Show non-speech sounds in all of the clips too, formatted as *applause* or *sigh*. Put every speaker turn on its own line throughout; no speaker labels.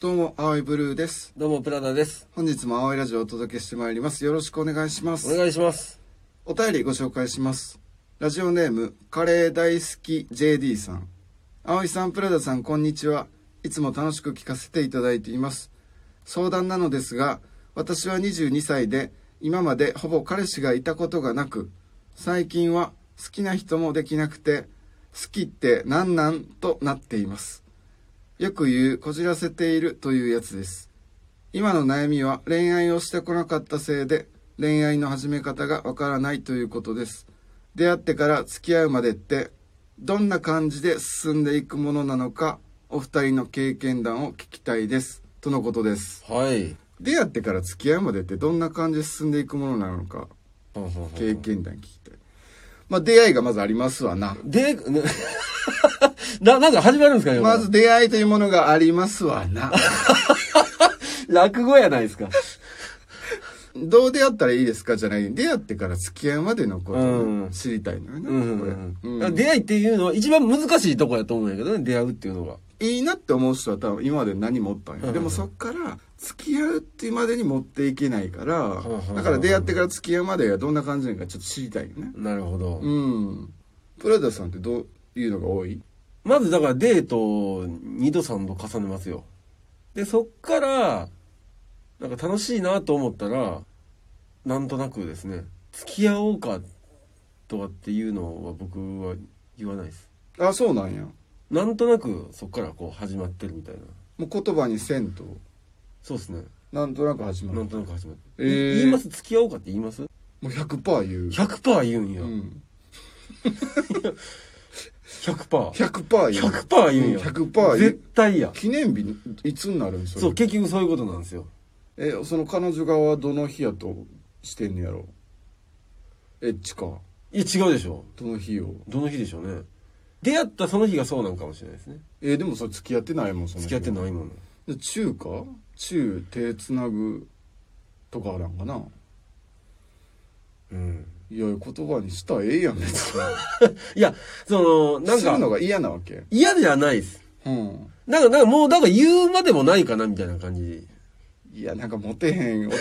どうも、青いブルーです。
どうも、プラダです。
本日も青いラジオをお届けしてまいります。よろしくお願いしま
お
す。
願いします。
お便りご紹介します。ラジオネーム、カレー大好き JD さん。青いさん、プラダさん、こんにちは。いつも楽しく聞かせていただいています。相談なのですが、私は22歳で、今までほぼ彼氏がいたことがなく、最近は好きな人もできなくて、好きってなんなんとなっています。よく言う、こじらせているというやつです。今の悩みは恋愛をしてこなかったせいで恋愛の始め方がわからないということです出会ってから付き合うまでってどんな感じで進んでいくものなのかお二人の経験談を聞きたいですとのことです
はい。
出会ってから付き合うまでってどんな感じで進んでいくものなのか経験談聞きたいまあ出会いがまずありますわな
で、 *laughs* ねな、なんか始まるんですか今か
ま
ら
ず出会いというものがありますわ
*laughs*
な
落語やないですか。
どう出会ったらいいですかじゃない出会ってから付き合うまでのこと
う
を
ん
知りたいのよね、
うん
これ、うん
出会いっていうのは一番難しいとこやと思うんやけどね、出会うっていうのが。
いいなって思う人は多分今まで何もおったん
うんうんう
よ
ん
でもそっから付き合うっていうまでに持っていけないから
うんうんうん
だから出会ってから付き合うまでがどんな感じなのかちょっと知りたいよね
なるほど。
うんプラダさんってどういうのが多い
まずだからデートを2度3度重ねますよ。で、そっから、なんか楽しいなと思ったら、なんとなくですね、付き合おうかとかっていうのは僕は言わないです。
あそうなんやも
なんとなくそこからこう始まってるみたいな
う言葉にせんと
そうですね
なんとなく始ま
な
る
んとなく始まって、
えー
い言います付き合おうかって言います
もう100%言う
100%言うんや、
うん、
100%100%
100%言う
言うんや、
うん100%言う
絶対や
記念日いつになるんそれ
そう結局そういうことなんですよ
えその彼女側はどの日やとしてんのやろエッチか
いや違うでしょ
どの日を
どの日でしょうね出会ったその日がそうなんかもしれないですね
えでもそれ付き合ってないもんその
付
人
き合ってないもの
で中か中手つなぐとかなんかな
うん
いや言葉にしたらええやん別
*laughs*
に
いやそのな
する
ん
の
か
が嫌なわけ
嫌じゃないです
うん
なんかなんかもうなんか言うまでもないかなみたいな感じ
いやなんかモテへん男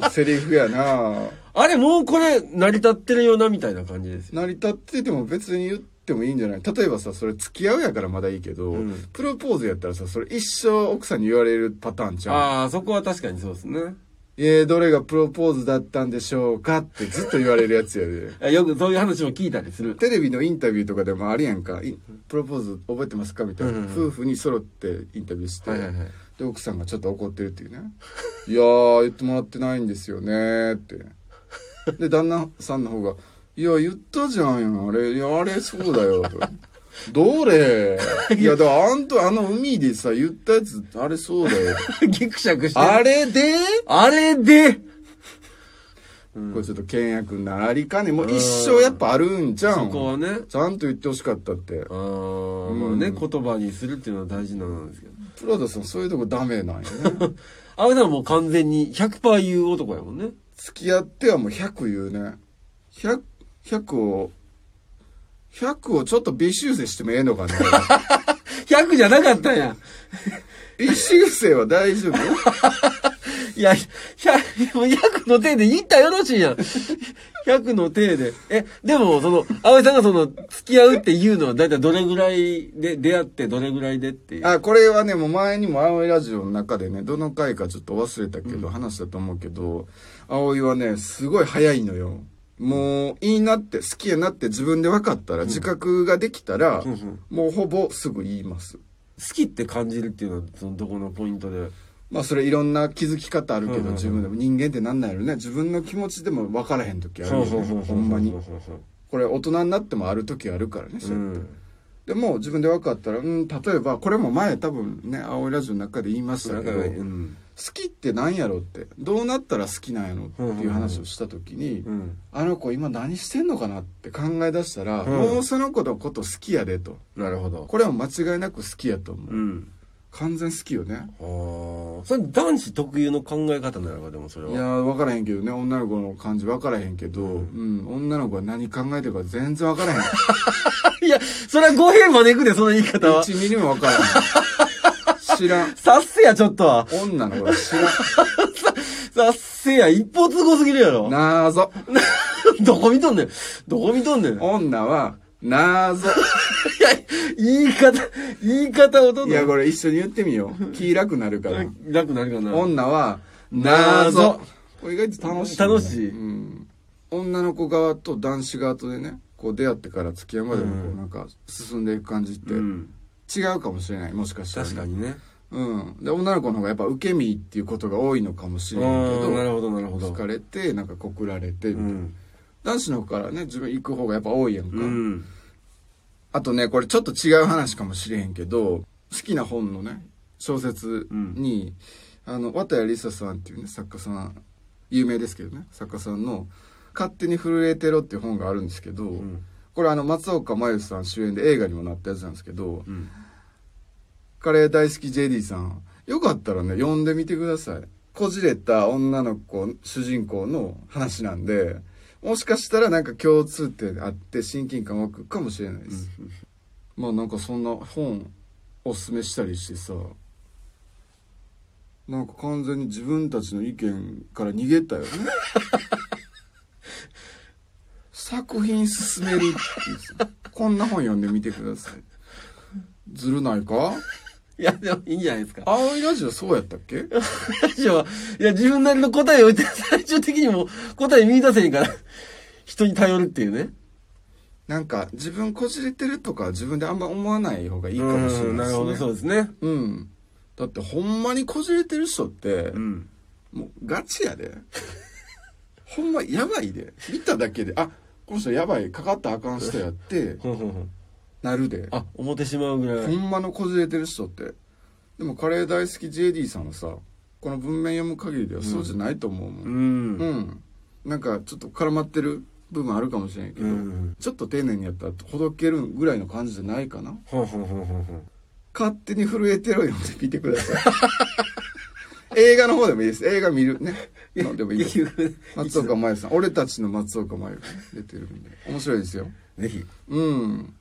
のセリフやな
あれもうこれ成り立ってるよなみたいな感じですよ
成り立ってても別に言ってもいいんじゃない例えばさそれ付き合うやからまだいいけど、
うん
プロポーズやったらさそれ一生奥さんに言われるパターンちゃう
ああーそこは確かにそうですね
えー、どれがプロポーズだったんでしょうかってずっと言われるやつやで
あよくそういう話も聞いたりする。 *laughs*
テレビのインタビューとかでもあるやんかいプロポーズ覚えてますかみたいな、
うんうんうん
夫婦に揃ってインタビューして、
はいはいはい。
で奥さんがちょっと怒ってるっていうね *laughs* 「いやー言ってもらってないんですよね」ってで旦那さんの方が「いや言ったじゃんよあれいやあれそうだよ」と「ど
*laughs*
れいやだからあんとあの海でさ言ったやつあれそうだ
*laughs*
よ
ギクシャクしてる。
あれで?」
あれで
これちょっと倹約になりかねもう一生やっぱあるんじゃ
そ
ん
こはね。
ちゃんと言ってほしかったって
あーまあね、言葉にするっていうのは大事なんですけど。
プラダさんそういうとこダメ
*laughs*
なんよね
あれならもう完全に100%言う男やもんね。
付き合ってはもう100言うね 100, 100を100をちょっと微修正してもええのかな
*laughs* 100じゃなかったんや。
微修正は大丈夫
いや、100、もう100の手で言ったらよろしいやん。100の手で。え、でも、その、葵さんがその、付き合うっていうのは大体どれぐらいで、出会ってどれぐらいでっていう。
あこれはねもう前にも葵ラジオの中でねどの回かちょっと忘れたけど、話したと思うけど葵はねすごい早いのよもういいなって好きやなって自分で分かったら、自覚ができたら、
うんうん
もうほぼすぐ言います
好きって感じるっていうのは、その、どこのポイントで。
まあそれいろんな気づき方あるけど、
うんうんうん
自分でも人間ってなんなんやろね自分の気持ちでも分からへん時ある
そ
よ
うそうそうそ
ね
う。
ほんまに
そうそうそう
これ大人になってもある時あるからね、そうれ
ん、
でも自分で分かったらうん例えばこれも前多分ね青いラジオの中で言いましたけど、
うん
好きってなんやろってどうなったら好きなんやろっていう話をした時に、
うん、
あの子今何してんのかなって考え出したら、
うん
もうその子のこと好きやでと
なるほど。
これは間違いなく好きやと思う、
うん。
完全好きよね
ああ、それ男子特有の考え方なのか、でもそれ
い
は。 *laughs*
やー分からへんけどね女の子の感じ分からへんけど、うん女の子は何考えてるか全然分からへん
いや、それは語弊までいくで、その言い方は。
1ミリも分からへん知らん。
さっせや、ちょっとは。
女の子知ら
さっせや、一方通行すぎるやろ
ん。。謎。
*laughs* どこ見とんねん。どこ見とんねん。い
女は、謎。
や、言い方、言い方をどんどん。
いや、これ一緒に言ってみよう。気楽なるから。
楽なるかな。
女は、
謎
謎。これ意外と楽しいね、
楽しい
うん。女の子側と男子側とでね、こう出会ってから付き合うまでのこうなんか進んでいく感じって
う
違
ん。
うかもしれない、もしかしたらね、
確かにね。
うん。で、女の子の方がやっぱ受け身っていうことが多いのかもし
う
れないけ
ん。な
ど、
るほど、なるほど。
疲れて、なんか告られて、
うん。
男子の方からね、自分行く方がやっぱ多いやんか。
うん。
あとね、これちょっと違う話かもしれへんけど、好きな本のね、小説に、あの、綿谷りささんっていうね、作家さん、有名ですけどね、作家さんの、勝手に震えてろっていう本があるんですけど、
うん
これあの、松岡真優さん主演で映画にもなったやつなんですけど、
うん。
カレー大好き JD さん、よかったらね、読んでみてください。こじれた女の子、主人公の話なんで、もしかしたらなんか共通点あって親近感湧くかもしれないです。まあなんかそんな本おすすめしたりしてさ、なんか完全に自分たちの意見から逃げたよね。作品進めるっていうさ、こんな本読んでみてください。ずるないか
いや、でもいいんじゃないですか。
青いラジオそうやったっけ
ラジオは、いや、自分なりの答えを言って、最終的にもう答え見出せへんから、人に頼るっていうね。
なんか自分こじれてるとか自分であんま思わない方がいいかもしれ
うん
な
ないる
です
ほ
ね
ど、そうですね。
うんだってほんまにこじれてる人って、
ん。
もうガチやで *laughs* ほんまやばいで見ただけであこの人やばいかかったらあかん人やって
ほんほんほん。
なるで
あ、思ってしまうぐら
ほ
い。
んまのこじれてる人ってでもカレー大好き JD さんはさこの文面読む限りではそうじゃないと思うもん、
ん
う。ん、なんかちょっと絡まってる部分あるかもしれんけど、
うん
ちょっと丁寧にやったらほどけるぐらいの感じじゃないかな
ほんほんほんほんほん。
勝手に震えてろよって見てくださ *laughs* い映画の方でもいいです映画見るねのでもいいです
結局
松岡真優さん俺たちの松岡真優出てるんで面白いですよ
ぜひ。
うん